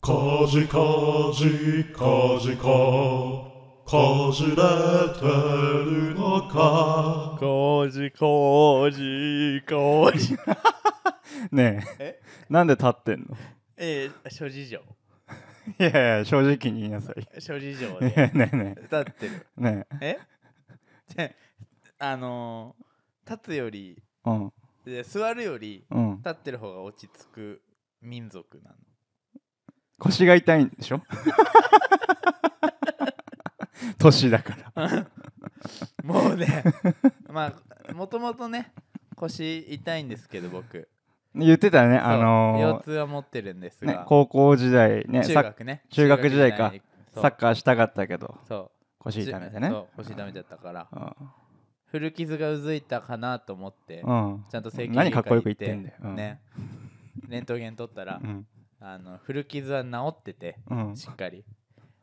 かじかじかじかかじれてるのかこじこじこじ。ねええ なんで立ってんの えー、諸事情。いやいや正直に言いなさい諸事情ねで。 えねえね立ってる。えねええであのー、立つより、うんで座るより、うん立ってる方が落ち着く民族なの。腰が痛いんでしょ 年だからもう ね、まあ、もともとね、腰痛いんですけど、僕。言ってたねあそうの腰痛は持ってるんですーが、ね、高校時代ね中サッ学ね。中学時代か中サ学ッカーしたかったけど時代に。そう。腰痛めてねそう腰痛めちゃったからうん古傷がうずいたかなと思ってうんちゃんと整形何外科かっこよく言って行んだようんね レントゲン取ったらうんあの古傷は治っててうんしっかり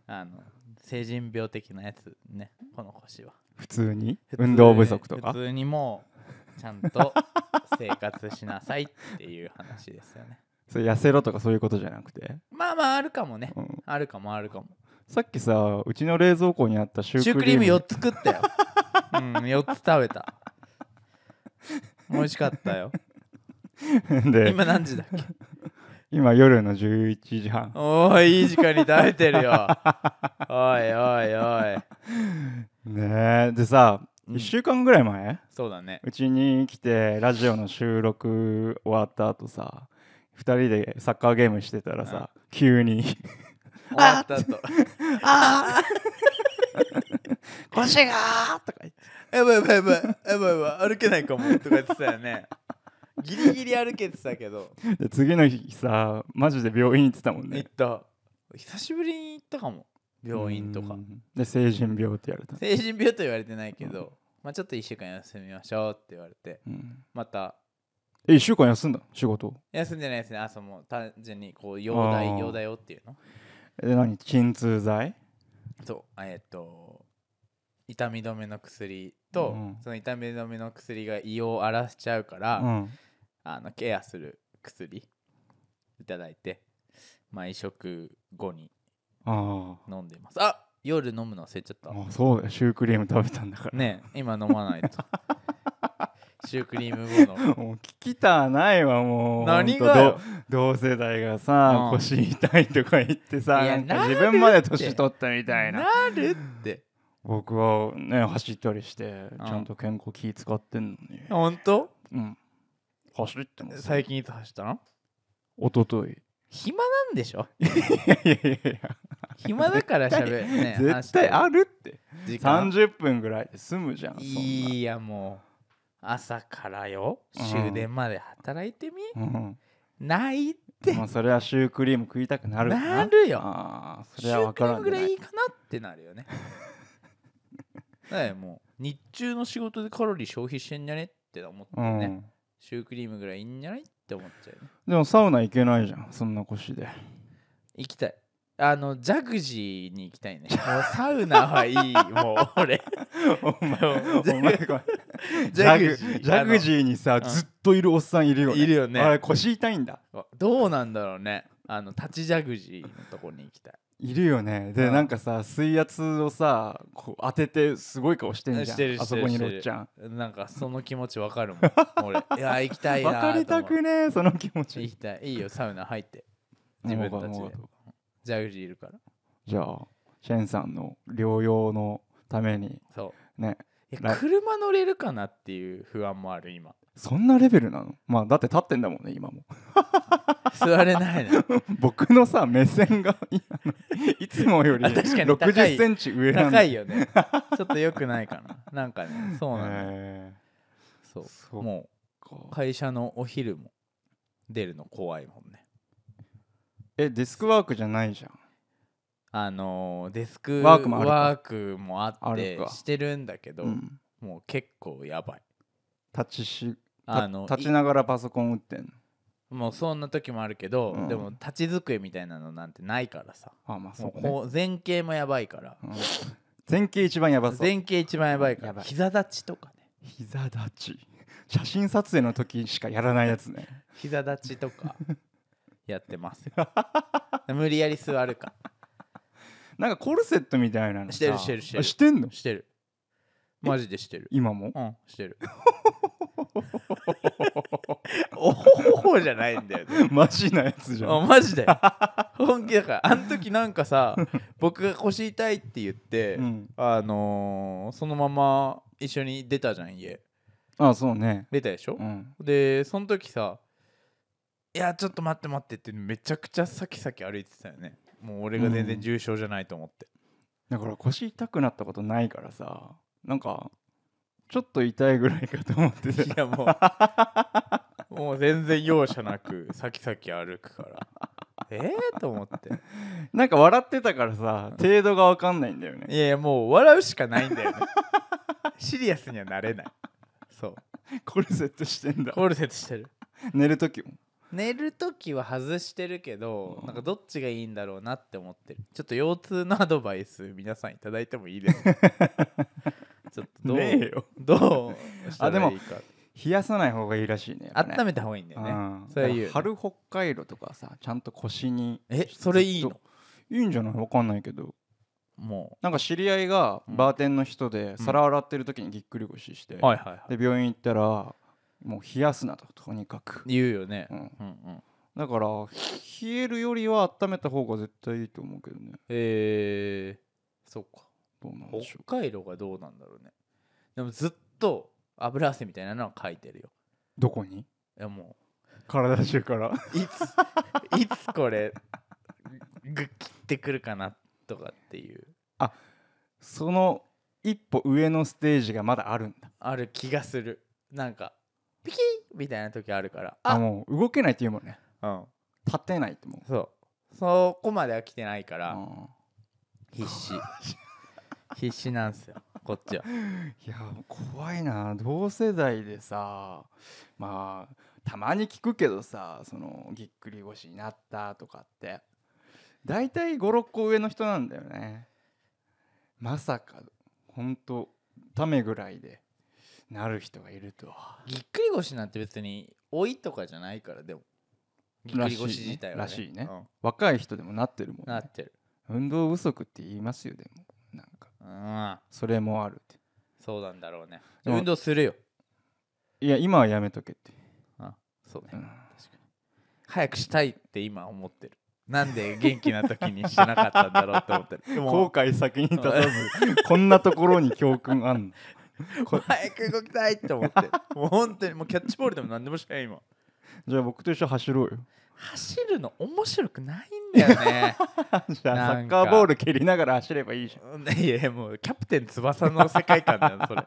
あの成人病的なやつねこの腰は普通に普通に 運動不足とか普通にもうちゃんと生活しなさいっていう話ですよ ねそれ痩せろとかそういうことじゃなくて、まあまああるかもねうん、あるかもあるかもさっきさうちの冷蔵庫にあったシュシューーククリリーームム4つ食っ たよ、うん、4つ食べた美味しかったよで今何時だっけ今夜の11時半おーいい時間に食べてる よおいおいおいねえでさ、うん1週間ぐらい前そうだねうちに来てラジオの収録終わった後さ2人でサッカーゲームしてたらさ、急に 終わったとあー 腰がーとか言ってやばいやばいやばいやばいやばい歩けないかもとか言ってたよねギリギリ歩けてたけどで次の日さマジで病院行ってたもんね行った久しぶりに行ったかも病院とうかんで成人病ってやれた、成人病と言われてないけど、まあ、ちょっと1週間休みましょうって言われてうん、またえ1週間休んだ仕事休んでないですね朝もう単純にこう容体あー容体をっていうのえ何鎮痛剤そうえーっと痛み止めの薬と、うんその痛み止めの薬が胃を荒らしちゃうから、うんあのケアする薬いただいて毎食後にあ飲んでますあ夜飲むの忘れちゃっーたあそうだよシュークリーム食べたんだから ねえ今飲まないとシュークリーム後のもう聞きたないわもう何ほんがとよど同世代がさ、うん腰痛いとか言ってさいやなんかなる自分まで年取ったみたいななるって僕はね走ったりしてんちゃんと健康気使ってんのに、本当うん、走ってもさ最近いつ走ったの一昨日い暇なんでしょやいやいやい暇だからしゃべるねや 絶対あるるって時間30分ぐらいで済むじゃんそんないやもう朝からようん終電まで働いてみ、うんないってまあ、それはシュークリーム食いたくなるわなるよあーそシれューは分クリーからムんじぐゃらないいいいかなってなるよ ねだからもう日中の仕事でカロリー消費してんじゃねって思ってね、うん、シュークリームぐらいいいんじゃないって思っちゃうよねでもサウナ行けないじゃんそんな腰で行きたいあのジャグジーに行きた いねもうサウナはいいもう俺 お前、お前ごジャグジージャグジーにさ、うんずっといるおっさんいるよね。いるよねあれ、腰痛いんだ。あのどうなんだろうねあの立ちジャグジーのとこに行きたいいるよね。で、うんなんかさ、水圧をさ、こう当てて、すごい顔してんじゃん。してるしてるあそこにしてロるッちゃん。なんかその気持ちわかる もん俺いや行きたいなわーかりたと思くねえ、その気持う行ち。きたいいいよサウナ入って自分たちもうでかもうかジャグジーいるからじゃあ、シェンさんの療養のために、そうね、いやライ車乗れるかなっていう不安もある今そんなレベルなのまあ、だって立ってんだもんね、今も。 座れないの僕のさ、目線が、 いいつもよりあ確かに高い60センチ上なんだ高いよねちょっと良くないかななんかねそうなのよ、へそえうそっかもう会社のお昼も出るの怖いもんねえ、デスクワークじゃないじゃん。あのーデスクワークもあるかワークもああっるてかしてるんだけど、うんもう結構やばい立ちし、たあの立ちながらパソコン打ってんの。もうそんな時もあるけど、うんでも立ち机みたいなのなんてないからさあ、まあもそううね。こう前傾もやばいからうん前傾一番やばそう。前傾一番やばいかやらばい膝立ちとかね膝立ち。写真撮影の時しかやらないやつね。 膝立ちとかやってますよ無理やり座るかなんかコルセットみたいなのさしてるしてるしてるあしてんのしてるマジでしてる今 もうんして るおほほほじゃないんだよねマジなやつじゃんあマジで本気だからあの時なんかさ僕が腰痛いって言って、うんあのーそのまま一緒に出たじゃん家あそうね出たでしょう、んでその時さ「いやちょっと待って待って」ってめちゃくちゃさきさき歩いてたよねもう俺が全う然ん重症じゃないと思 って、だから腰痛くなったことないからさなんかちょっと痛いぐらいかと思ってい たやもうもう全然容赦なくさきさき歩くからえー、と思ってなんか笑ってたからさ程度が分かんないんだよねいやいやもう笑うしかないんだ よねシリアスにはなれないそうコルセットしてんだコルセットしてる寝るときも寝る時は外してるけどうんなんかどっちがいいんだろうなって思ってるちょっと腰痛のアドバイス皆さんいただいてもいいです かちょっとどうねえよどうしたらいいか冷やさない方がいいらしいねやっぱね温めた方がいいんだよね、うんそれは言うよね春北海道とかさちゃんと腰にえそれいいずのっといいんじゃないわかんないけどもなんか知り合いがうんバーテンの人で皿洗ってる時にぎっくり腰して、うはいはいはで病院行ったらもう冷やすなととにかく、い言うよね、うん、うんうん、だから冷えるよりは温めた方が絶対いいと思うけどねえー、そっかどうなんでしょう北海道がどうなんだろうねでもずっと油汗みたいなのは書いてるよどこにいやも体中からういついつこれグッ切ってくるかなとかっていう その一歩上のステージがまだあるんだある気がするなんかピキーみたいな時あるからああもう動けないって言うもんねうん立てないってもうそうそこまでは来てないからあ必死必死なんすよこっちはーいや怖いな同世代でさまあたまに聞くけどさそのぎっくり腰になったとかって大体56個上の人なんだよねまさかほんとためぐらいでなる人がいるとはぎっくり腰なんて別に老いとかじゃないからでもぎっくり腰自体は、ね、らしいねうん若い人でもなってるもん、なねっ、てる運動不足って言いますよでもなんかうんそれもあるってそうなんだろうねでも運動するよいや今はやめとけって、そうね、うん確かに早くしたいって今思ってるなんで元気な時にしてなかったんだろうって思 ってる後も悔先に立たずこんなところに教訓あんのうこ早く動きたいって思 ってるもう本当にもうキャッチボールでも何でもしない今じゃあ僕と一緒に走ろうよ走るの面白くないんだよ ね じゃあサなッんカかーボール蹴りながら走ればいいじゃうんんいやいやもうキャプテン翼の世界観だよそれ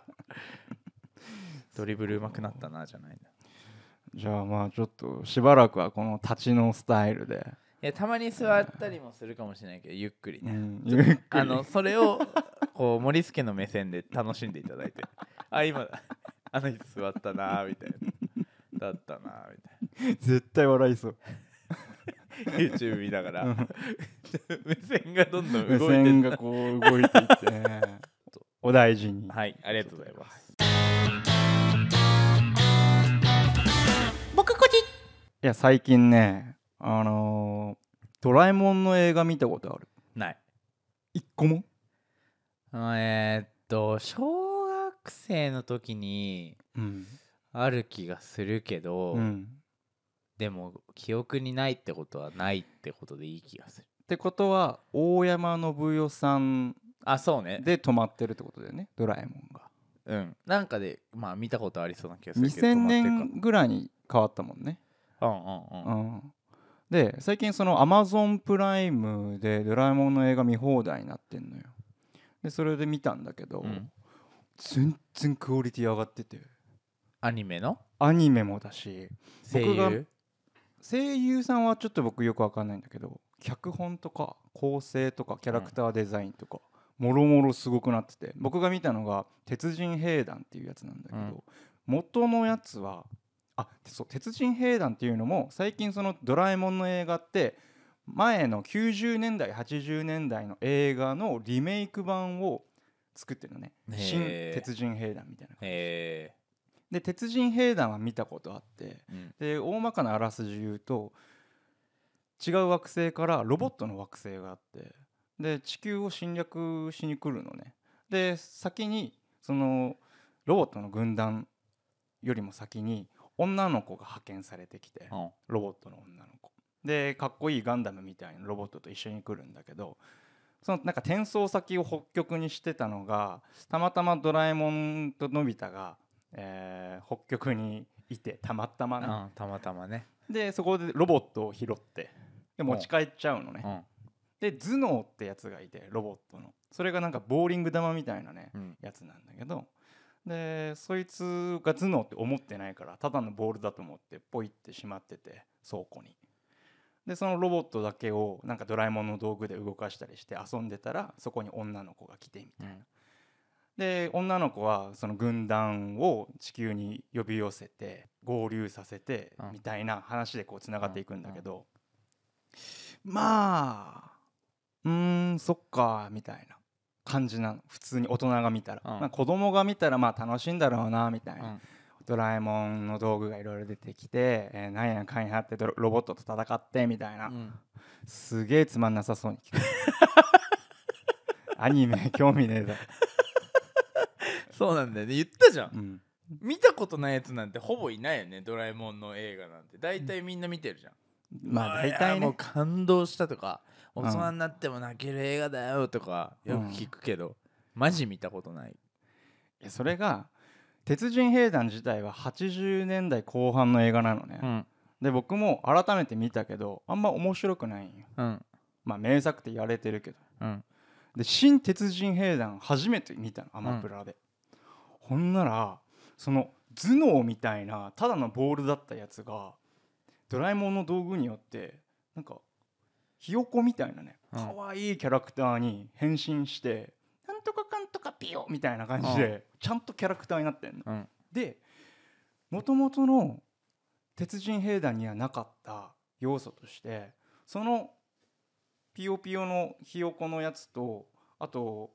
ドリブル上手くなったなじゃないんだじゃあまあちょっとしばらくはこの立ちのスタイルで、いやたまに座ったりもするかもしれないけどゆっくりうね、ん、 ゆっくりあのそれをこう森助の目線で楽しんでいただいてあ今あの人座ったなーみたいなだったなーみ絶対笑いそうたいな YouTube 見ながら、うん 目線がどんどん動目いて線 ったがこう動いていってねお大事にはいありがとうございますいや最近ねあのードラえもんの映画見たことあるない一個もあえーっと小学生の時にうん、ある気がするけど、うん、でも記憶にないってことはないってことでいい気がするってことは大山信代さんあそうねで止まってるってことだよねドラえもんがうん、なんかでまあ見たことありそうな気がするけど2000止まってる年ぐらいに変わったもんね、かうんうんううんん、で最近そのアマゾンプライムでドラえもんの映画見放題になってんのよでそれで見たんだけど、うん全然クオリティ上がっててアニメのアニメもだし声僕が優声優さんはちょっと僕よくわかんないんだけど脚本とか構成とかキャラクターデザインとか、もろもろすごくなってて僕が見たのが「鉄人兵団」っていうやつなんだけど、うん元のやつはあそう鉄人兵団っていうのも最近その「ドラえもん」の映画って前の90年代80年代の映画のリメイク版を作ってるのねへ「ー新鉄人兵団」みたいなえで鉄人兵団は見たことあってーうんで大まかなあらすじ言うと違う惑星からロボットの惑星があってで地球を侵略しに来るのねで先にそのロボットの軍団よりも先に女の子が派遣されてきてうんロボットの女の子でかっこいいガンダムみたいなロボットと一緒に来るんだけどそのなんか転送先を北極にしてたのがたまたまドラえもんとのび太が、えー北極にいてたまたまね、うんたまたまねでそこでロボットを拾ってで持ち帰っちゃうのね、うんで頭脳ってやつがいてロボットのそれがなんかボーリング玉みたいなねうんやつなんだけどでそいつが頭脳って思ってないからただのボールだと思ってポイってしまってて倉庫にでそのロボットだけをなんかドラえもんの道具で動かしたりして遊んでたらそこに女の子が来てみたいな、うんで女の子はその軍団を地球に呼び寄せて合流させてうんみたいな話でこうつながっていくんだけど、まあうーんそっかみたいな感じなの普通に大人が見たら、うんまあ、子供が見たらまあ楽しいんだろうなみたいな、うんドラえもんの道具がいろいろ出てきて、えーなんやかんやってドロロボットと戦ってみたいな、うんすげえつまんなさそうに聞く アニメ興味ねえだ、そうなんだよね言ったじゃんうん、見たことないやつなんてほぼいないよねドラえもんの映画なんて大体みんな見てるじゃん、まあ大い体やもうね感動したとかう大ん人になっても泣ける映画だよとかよく聞くけど、マジ見たことないいやそれが鉄人兵団自体は80年代後半の映画なのね、んで僕も改めて見たけどあんま面白くないんようんまあ名作って言われてるけどうんで新鉄人兵団初めて見たのアマプラで、ほんならその頭脳みたいなただのボールだったやつがドラえもんの道具によってなんかひよこみたいなねうん可愛いキャラクターに変身して、なんとかかんとかピヨみたいな感じで、ちゃんとキャラクターになってんの。うんでもともとの鉄人兵団にはなかった要素としてそのピヨピヨのひよこのやつとあと、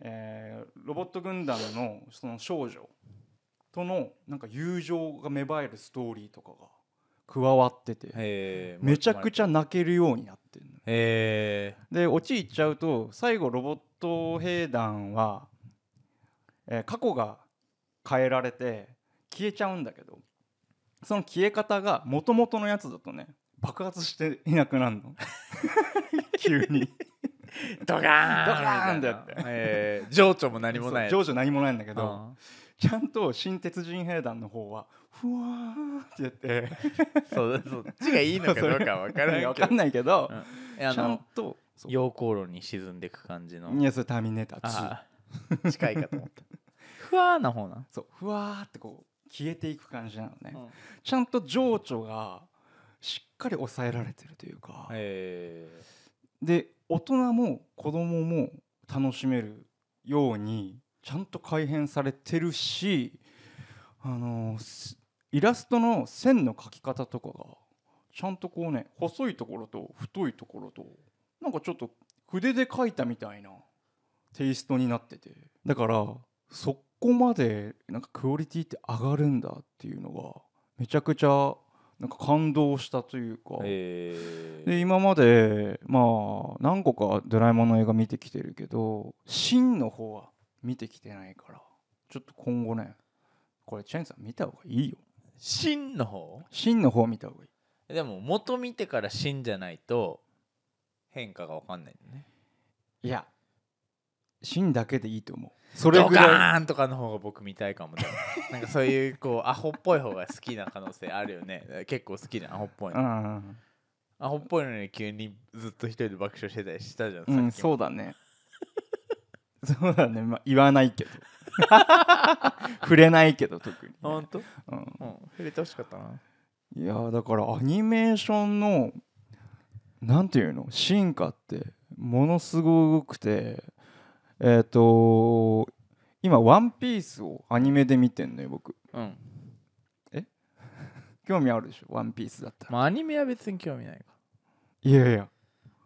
えーロボット軍団のその少女とのなんか友情が芽生えるストーリーとかが加わっててへえめちゃくちゃ泣けるようになってるの。へえでオチいっちゃうと最後ロボット兵団は、えー過去が変えられて消えちゃうんだけどその消え方がもともとのやつだとね爆発していなくな るの急にドガーンドガーンってやってえー、情緒も何もないそうやつ情緒何もないんだけど、うんちゃんと新鉄人兵団の方はふわーってやって そうそっちがいいのかどうか分からないけどわかんないけど、えあちゃんのとそう溶鉱炉に沈んでく感じのいやそれターミネーター2あー近いかと思った ふわーな方なそうふわーってこう消えていく感じなのね、うんちゃんと情緒がしっかり抑えられてるというか、えで大人も子供も楽しめるようにちゃんと改変されてるしあのすイラストの線の描き方とかがちゃんとこうね細いところと太いところとなんかちょっと筆で描いたみたいなテイストになっててだからそこまでなんかクオリティって上がるんだっていうのがめちゃくちゃなんか感動したというか。えで今までまあ何個か「ドラえもん」の映画見てきてるけど「シン」の方は見てきてないからちょっと今後ねこれチェンさん見た方がいいよ真の方「シン」の方見た方がいいでも元見てから真じゃないと変化が分かんないんだねいや「シン」だけでいいと思うそれドぐらいガーンとかの方が僕見たいかもね なんかそういうこうアホっぽい方が好きな可能性あるよね結構好きじゃんアホっぽいのうん、アホっぽいのに急にずっと一人で爆笑してたりしたじゃん、うん、さっきもそうだねそうだねまあ言わないけど触れないけど特にね、本当うん、うん触れてほしかったないやーだからアニメーションのなんていうの進化ってものすごくてえっ、と今「ワンピースをアニメで見てんのよ僕うん興味あるでしょ「ワンピースだったら、まあアニメは別に興味ないかいやいや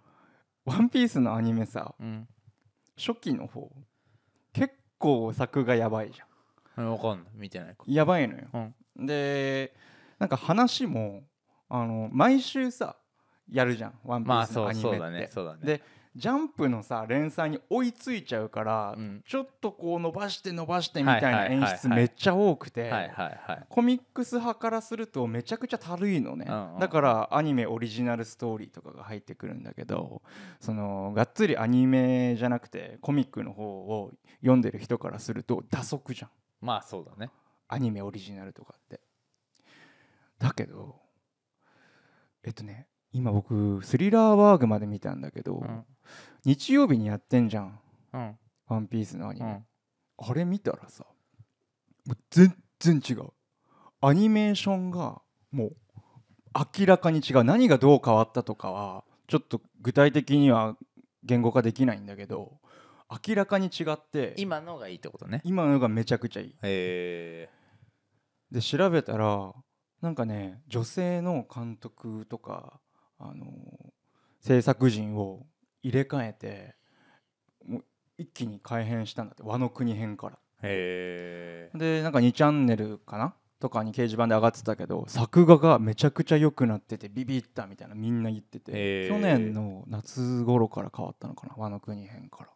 「ワンピースのアニメさうん初期の方結構作画やばいじゃん分かんない見てないかやばいのよ、でなんか話もあの毎週さやるじゃん「ワンピまーあスのそアうニメっそて、うだねそうだねでジャンプのさ連載に追いついちゃうから、うんちょっとこう伸ばして伸ばしてみたいな演はいはいはい出はいめっちゃ多くて、はいはいはいコミックス派からするとめちゃくちゃたるいのね、うんうんだからアニメオリジナルストーリーとかが入ってくるんだけどそのがっつりアニメじゃなくてコミックの方を読んでる人からすると打足じゃんまあそうだねアニメオリジナルとかってだけどえっとね今僕スリラーワーグまで見たんだけど、うん日曜日にやってんじゃんうん「ワンピースのアニうメ、んあれ見たらさもう全然違うアニメーションがもう明らかに違う何がどう変わったとかはちょっと具体的には言語化できないんだけど明らかに違って今のがいいってことね今のがめちゃくちゃいいへで調べたらなんかね女性の監督とか、あの制作陣を入れ替えてもう一気に改編したんだって和の国編から。えへえでなんか2チャンネルかなとかに掲示板で上がってたけど作画がめちゃくちゃ良くなっててビビったみたいなみんな言ってて、へー去年の夏頃から変わったのかな和の国編か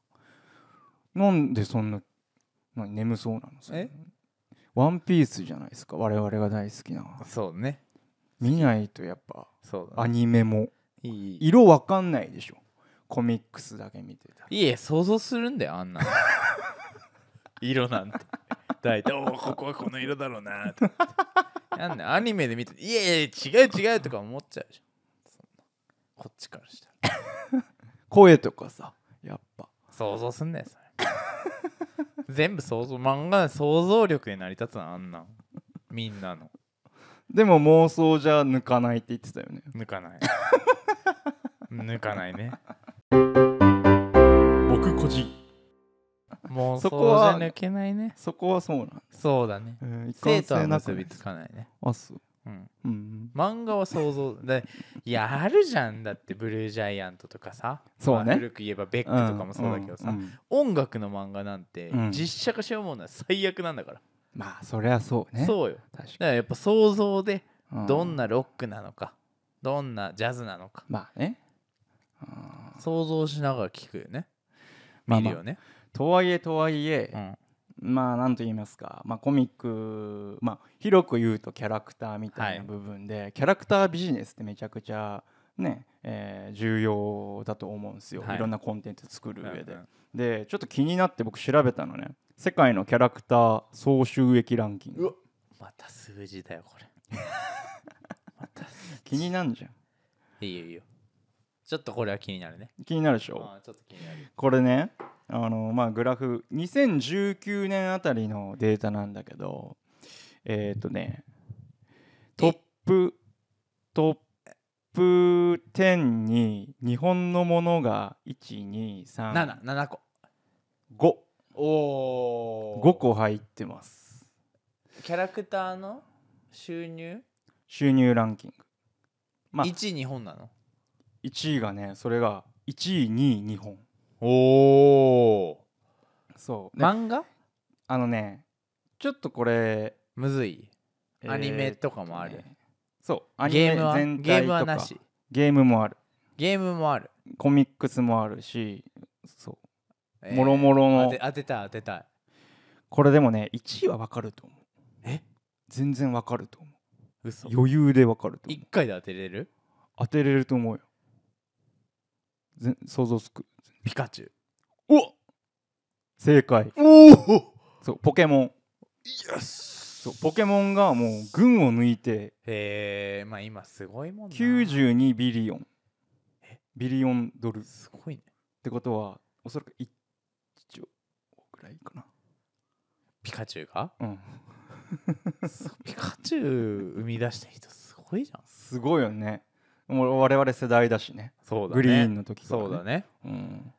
らなんでそんなな眠そうなのそれえワンピースじゃないですか我々が大好きなそうね見ないとやっぱそうだアねニメもいいいい色わかんないでしょコミックスだけ見てたらいえ想像するんだよあんなの 色なんて大体「おおここはこの色だろうな」とかってなんだアニメで見て「いえいえ違う違う」とか思っちゃうじゃんそんなこっちからしたら声とかさやっぱ想像すんだよそ れ全部想像漫画の想像力で成り立つのあんなんみんなのでも妄想じゃ抜かないって言ってたよね抜かない抜かないね僕こじ もうそそここはは抜けないねそこはそうなんだそうだねえー、一生貫徒は性な結くねびつかないねあそううんうん漫画は想像でやるじゃんだってブルージャイアントとかさそうねまあ古く言えばベックとかもそうだけどさ、んん音楽の漫画なんてうん実写化しようものは最悪なんだから、まあそりゃそうねうそうよだ確からやっぱ想像でかにどんなロックなのか、どんなジャズなのかまあねうん想像しながら聞くよねまあ見るよね、とはいえとはいえ、うんまあなんと言いますか、まあ、コミック、まあ、広く言うとキャラクターみたいはない部分で、キャラクタービジネスってめちゃくちゃね、えー重要だと思うんですよ、はいい、ろんなコンテンツ作る上で、うんうんでちょっと気になって僕調べたのね世界のキャラクター総収益ランキングまた数字だよこれまた数字気になんじゃんいいよいいよちょっとこれは気になるね気になるでしょああちょっと気になるこれねあのまあグラフ2019年あたりのデータなんだけどえっ、とねトップトップ10に日本のものが1235 7、7個。お5個入ってますキャラクターの収入、収入ランキングまあ1位日本なの1位がねそれが1位2位日本おおそう、漫画あのねちょっとこれむずいアニメえーっとかもあるねそうアニゲメームは全ゲー体ムはとなかしゲームもあるゲームもあるコミックスもあるしそえーもろもろの当て当てたい当てたいうこれでもね1位は分かると思うえ全然分かると思嘘う余裕で分かると思1う回で当てれる当てれると思うよぜ想像つくピカチュウお正解おおそうポケモンイエスそうポケモンがもう群を抜いてえー、まあ今すごいもんな92ビリオンビリオンドルっすごいねてことはおそらく1兆ぐらいかピカチュウが なうんそうピカチュウ生み出した人すごいじゃんすごいよねもう我々世代だしねそうだねグリーンの時とか、ね、そうだねうん、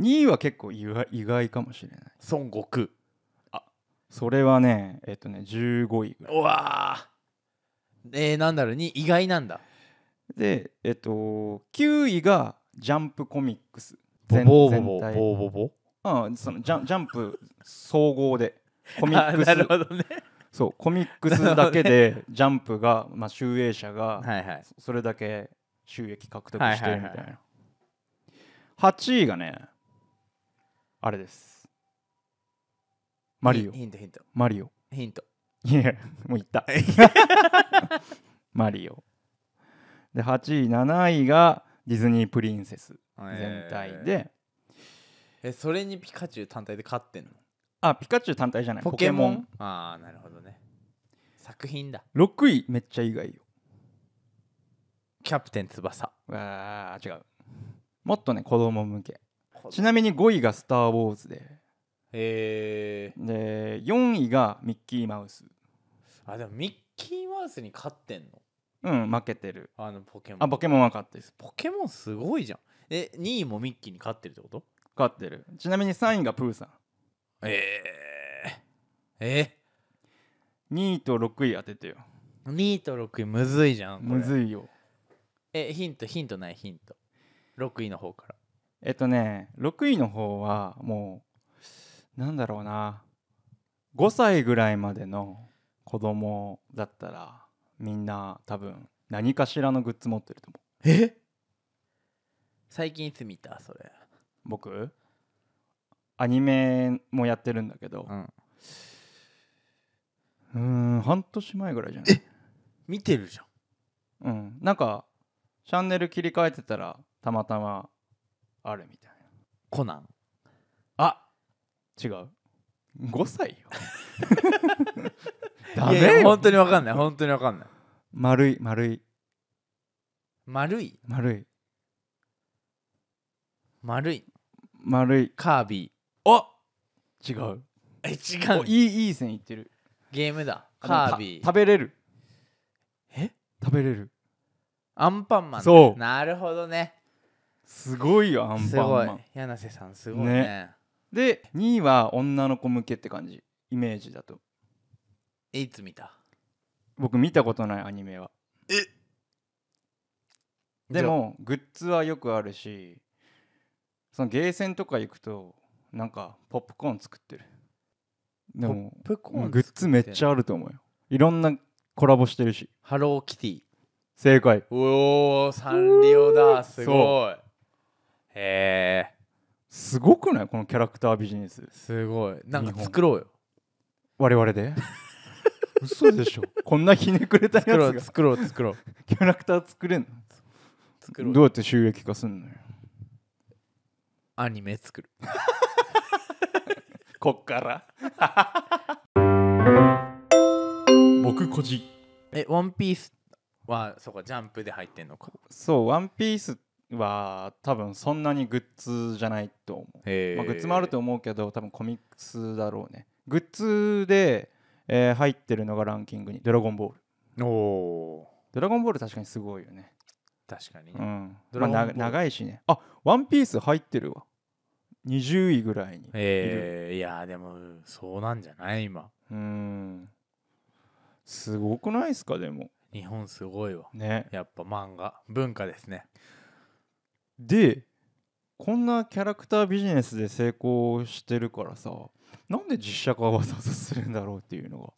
2位は結構意外意外かもしれない孫悟空それはねえっ、とね15位ぐらいうわーえー、なんだろうに意外なんだでえっ、と9位がジャンプコミックスボ全ボボ全ボ体ボボボうん、そのジャンジャンプ総合でコボミックあなるスほどねそうコミックスだけでジャンプが、まあ、集英社がはいはいそれだけ収益獲得はいしはていはるいみたいな、8位がねあれですマリオヒントヒントマリオヒントいやもう言った マリオで8位7位がディズニープリンセス全体で、えそれにピカチュウ単体で勝ってんのあピカチュウ単体じゃないポケモンああなるほどね作品だ6位めっちゃ意外よキャプテン翼わー違うもっとね子供向けちなみに5位が「スター・ウォーズで」えー、で4位がミッキーマウスあでもミッキーマウスに勝ってんのうん負けてるあのポケモンあポケモンは勝ってるポケモンすごいじゃんえ2位もミッキーに勝ってるってこと勝ってるちなみに3位がプーさえー、えん2位と6位当ててよ2位と6位むずいじゃんこれむずいよえヒントヒントないヒント6位の方からえっとね6位の方はもうなんだろうな5歳ぐらいまでの子供だったらみんな多分何かしらのグッズ持ってると思え最近いつ見たそれう僕アニメもやってるんだけどうんうーん半年前ぐらいじゃない見てるじゃんうんなんかチャンネル切り替えてたらたまたまあるみたいコナンなあ違う5 歳よダいやいメやよ本当にわかんない本当にわかんない丸い丸い丸い丸い丸い丸いカービあ違うィえ違おういいいい線いってるゲームだあでもカーたビィ食べれるえ食べれるアンパンマンだそうなるほどねすごいよアンすパンごマいン柳瀬さんすごいねねで2位は女の子向けって感じイメージだとえいつ見た僕見たことないアニメはでもグッズはよくあるしそのゲーセンとか行くとなんかポップコーン作ってるでもポップコーングッズめっちゃあると思うよいろんなコラボしてるしハローキティ正解おおサンリオだすごそいへえすごくないこのキャラクタービジネスすごいなん日か本作ろうよ我々 で嘘でしょこんなひねくれたやつ作ろうが作ろう作ろうキャラクター作れん作ろのうどうやって収益化すんのよアニメ作るこっから僕こじえワンピースはそうかジャンプで入ってんのかそう「ワンピースは多分そんなにグッズじゃないと思うへまあ、グッズもあると思うけど多分コミックスだろうねグッズで、えー入ってるのがランキングに「ドラゴンボーおル」おドラゴンボール確かにすごいよね確かにうねんドラゴンまあボーなル長いしねあワンピース入ってるわ20位ぐらいにいるえー、いやーでもそうなんじゃない今うんすごくないですかでも日本すごいわねやっぱ漫画文化ですねでこんなキャラクタービジネスで成功してるからさなんで実写化わざわざするんだろうっていうのが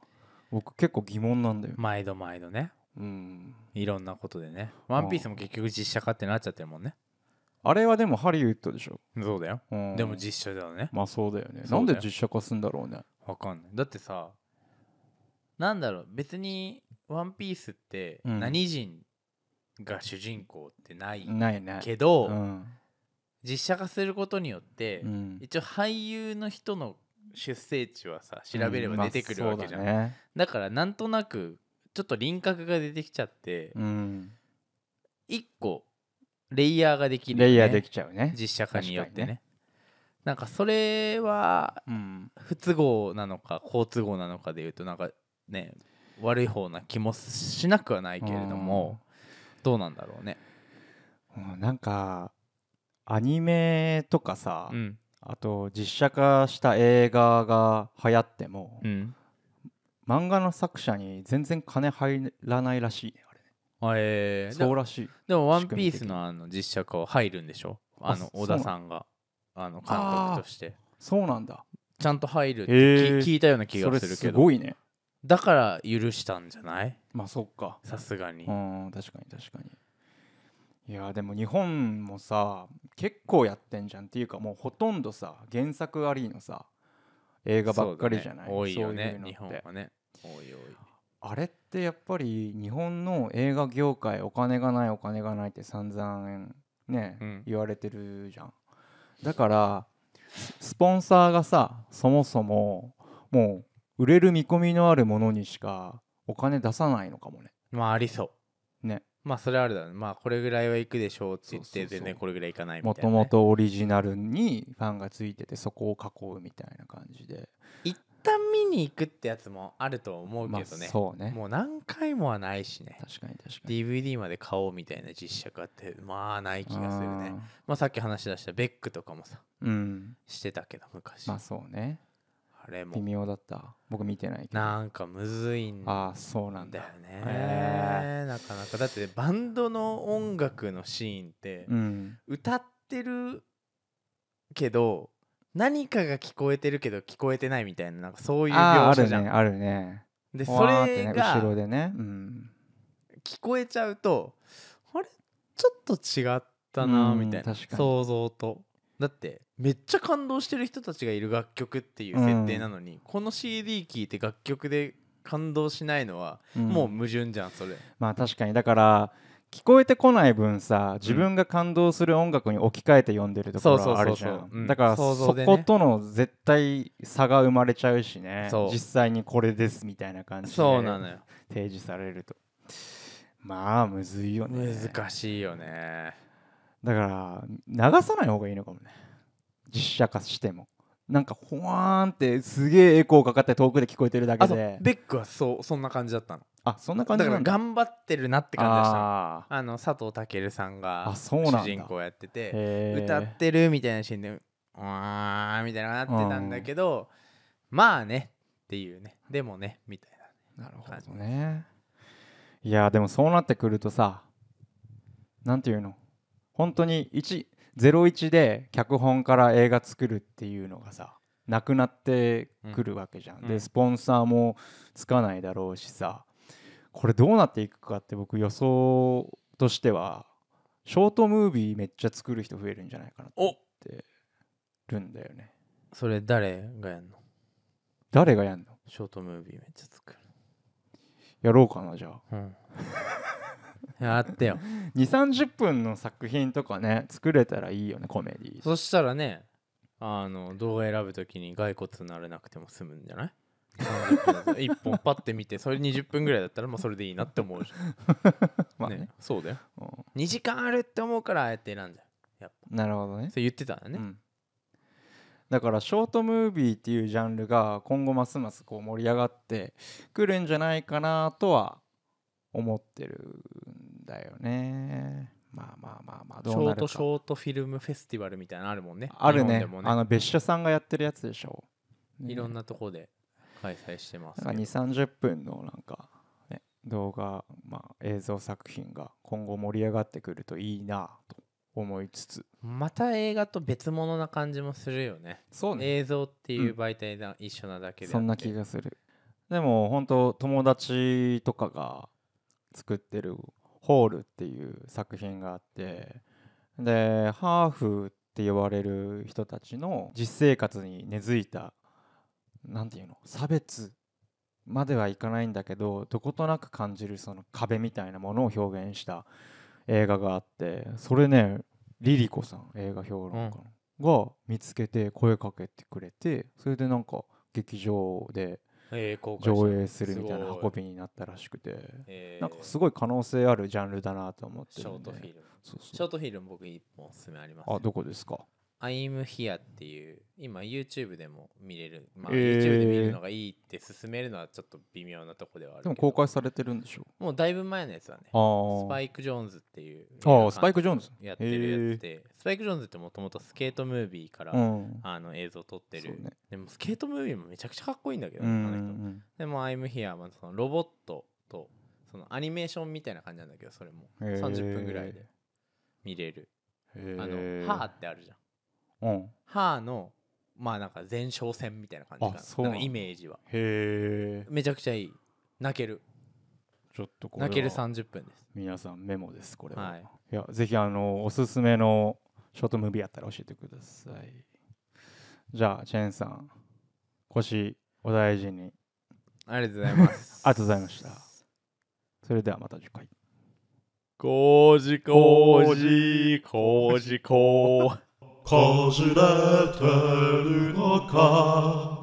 僕結構疑問なんだよ、毎度毎度ねうんいろんなことでねワンピースも結局実写化ってなっちゃってるもんねあれはでもハリウッドでしょ、そうだようんでも実写だよねまあそうだよねそうだなよんで実写化すんだろうねわかんないだってさなんだろう別に「ワンピースってうん何人が主人公ってないないねけど、うん実写化することによって、うん一応俳優の人の出生地はさ調べれば出てくるわけじゃん、うんだまあそうだねからなんとなくちょっと輪郭が出てきちゃって、うん一個レイヤーができるよね、レイヤーできちゃうね実写化によって確ねかにねなんかそれはうん不都合なのか好都合なのかでいうとなんかね悪い方な気もしなくはないけれどもどうなんだろうねうんなんかアニメとかさ、うんあと実写化した映画が流行っても、うん漫画の作者に全然金入らないらしいねあれねあえーでそうもらしいでも「ワン仕組ピみー的スにのあの実写化は入るんでしょあのあそ小田さんがあの監督としてそうなんだちゃんと入るってへーき聞いたような気そがれするすけどごいねだから許したんじゃないまあそっかさすがにうん確かに確かにいやでも日本もさ結構やってんじゃんっていうかもうほとんどさ原作ありのさ映画ばっかりじゃないそうだね多いよねそういうのって日本はね多い多いあれってやっぱり日本の映画業界お金がないお金がないって散々ね、うん言われてるじゃんだからススポンサーがさそもそももう売れる見込みのあるものにしかお金出さないのかもねまあありそうねまあそれはあれだねまあこれぐらいは行くでしょうって言っそてうそうそう全然これぐらい行かないみもたいとな、ね、もとオリジナルにファンがついててそこを囲うみたいな感じで一旦見に行くってやつもあると思うまけあどね,、そうねもう何回もはないしね確かに確かに DVD まで買おうみたいな実写化ってまあない気がするねあまあさっき話し出したベックとかもさーうんしてたけど昔、まあそうねあれ微も妙だった僕見てないけどなんかむずいんだよああそうなんだね、へなかなかだってバンドの音楽のシーンってうん歌ってるけど何かが聞こえてるけど聞こえてないみたいななんかそういう描あああ写るじゃん、ねあるねでそわーっれてねが後ろでねうん聞こえちゃうとあれちょっと違ったなうんみたいな確かに想像とだってめっちゃ感動してる人たちがいる楽曲っていう設定なのに、この CD 聴いて楽曲で感動しないのは、うんもう矛盾じゃんそれまあ確かにだから聞こえてこない分さ自分が感動する音楽に置き換えて読んでるところそうそうそうはあるじゃそううんんだから想そ像でねことの絶対差が生まれちゃうしねそう実際にこれですみたいな感じでそうなのよ提示されるとまあむずいよね難しいよねだから流さない方がいいのかもね実写化してもなんかほわーんってすげえエコーかかって遠くで聞こえてるだけあそうでベックはそうそんな感じだったのあそんな感だじかならんだ頑張ってるなって感じでしたのああの佐藤健さんがあそうなんだ主人公やっててーへー歌ってるみたいなシーンで「うわー」みたいなのがなってたんだけど、まあねっていうねでもねみたいななるほどねいやでもそうなってくるとさなんていうの本当に1 01で脚本から映画作るっていうのがさなくなってくるわけじゃうん、んうでんスポンサーもつかないだろうしさこれどうなっていくかって僕予想としてはショートムービーめっちゃ作る人増えるんじゃないかなと思おってるんだよねそれ誰がやんの誰がやんのショートムービーめっちゃ作る、やろうかなじゃあ うん、やってよ2 3 0分の作品とかね作れたらいいよねコメディそしたらねあの動画選ぶときに骸骨になれなくても済むんじゃ ない1本パッて見てそれ20分ぐらいだったらもうそれでいいなって思うじゃん、まあねねそうだよう2時間あるって思うからああやって選んじゃうやっぱんなるほどねそう言ってたんだね、うん、だからショートムービーっていうジャンルが今後ますますこう盛り上がってくるんじゃないかなとは思ってるんだよねまあまあまあまあシどうョなーるトかショートフィルムフェスティバルみたいなのあるもんねある日本ねでもあの別所さんがやってるやつでしょ、ねいろんなとこで開催してますけどなんか2 3 0分のなんか、ね、動画、まあ、映像作品が今後盛り上がってくるといいなと思いつつまた映画と別物な感じもするよねそう映像っていううん媒体が一緒なだけであってそんな気がするでも本当友達とかが作ってる「ホール」っていう作品があってでハーフって呼ばれる人たちの実生活に根付いたなんていうの差別まではいかないんだけどどことなく感じるその壁みたいなものを表現した映画があってそれねリリコさん映画評論家の、が見つけて声かけてくれてそれでなんか劇場でえー公開上映するみたいな運びびになったらしくてえーなんかすごい可能性あるジャンルだなと思ってシるんョーでトフィルムそうそうショートフィルム僕一本おすすめありますあどこですか I'm here っていう今 YouTube でも見れるまあえー YouTube で見るのがいいって勧めるのはちょっと微妙なとこではあるけでども公開されてるんでしょもうだいぶ前のやつだねスあパあイク・ジョーンズっていうあースパイクジョーンズやってるやつでスパイク・ジョーンズってもともとスケートムービーから、うんあの映像撮ってそうる、ねでもスケートムービーもめちゃくちゃかっこいいんだけど、うね、んあうの人んでも「I'm Here」はそのロボットとそのアニメーションみたいな感じなんだけどそれもへー30分ぐらいで見れるう「あんへのーハーってあるじゃんうん「ハーのまあなんか前哨戦みたいな感じかなあそうななんかんだイメージはへえめちゃくちゃいい泣けるちょっとこれは泣ける30分です皆さんメモですこれは、はいい、やぜひあのおすすめのショートムービーあったら教えてくださいじゃあチェーンさん腰お大事にありがとうございますありがとうございましたそれではまた次回こじこじこじここじれてるのか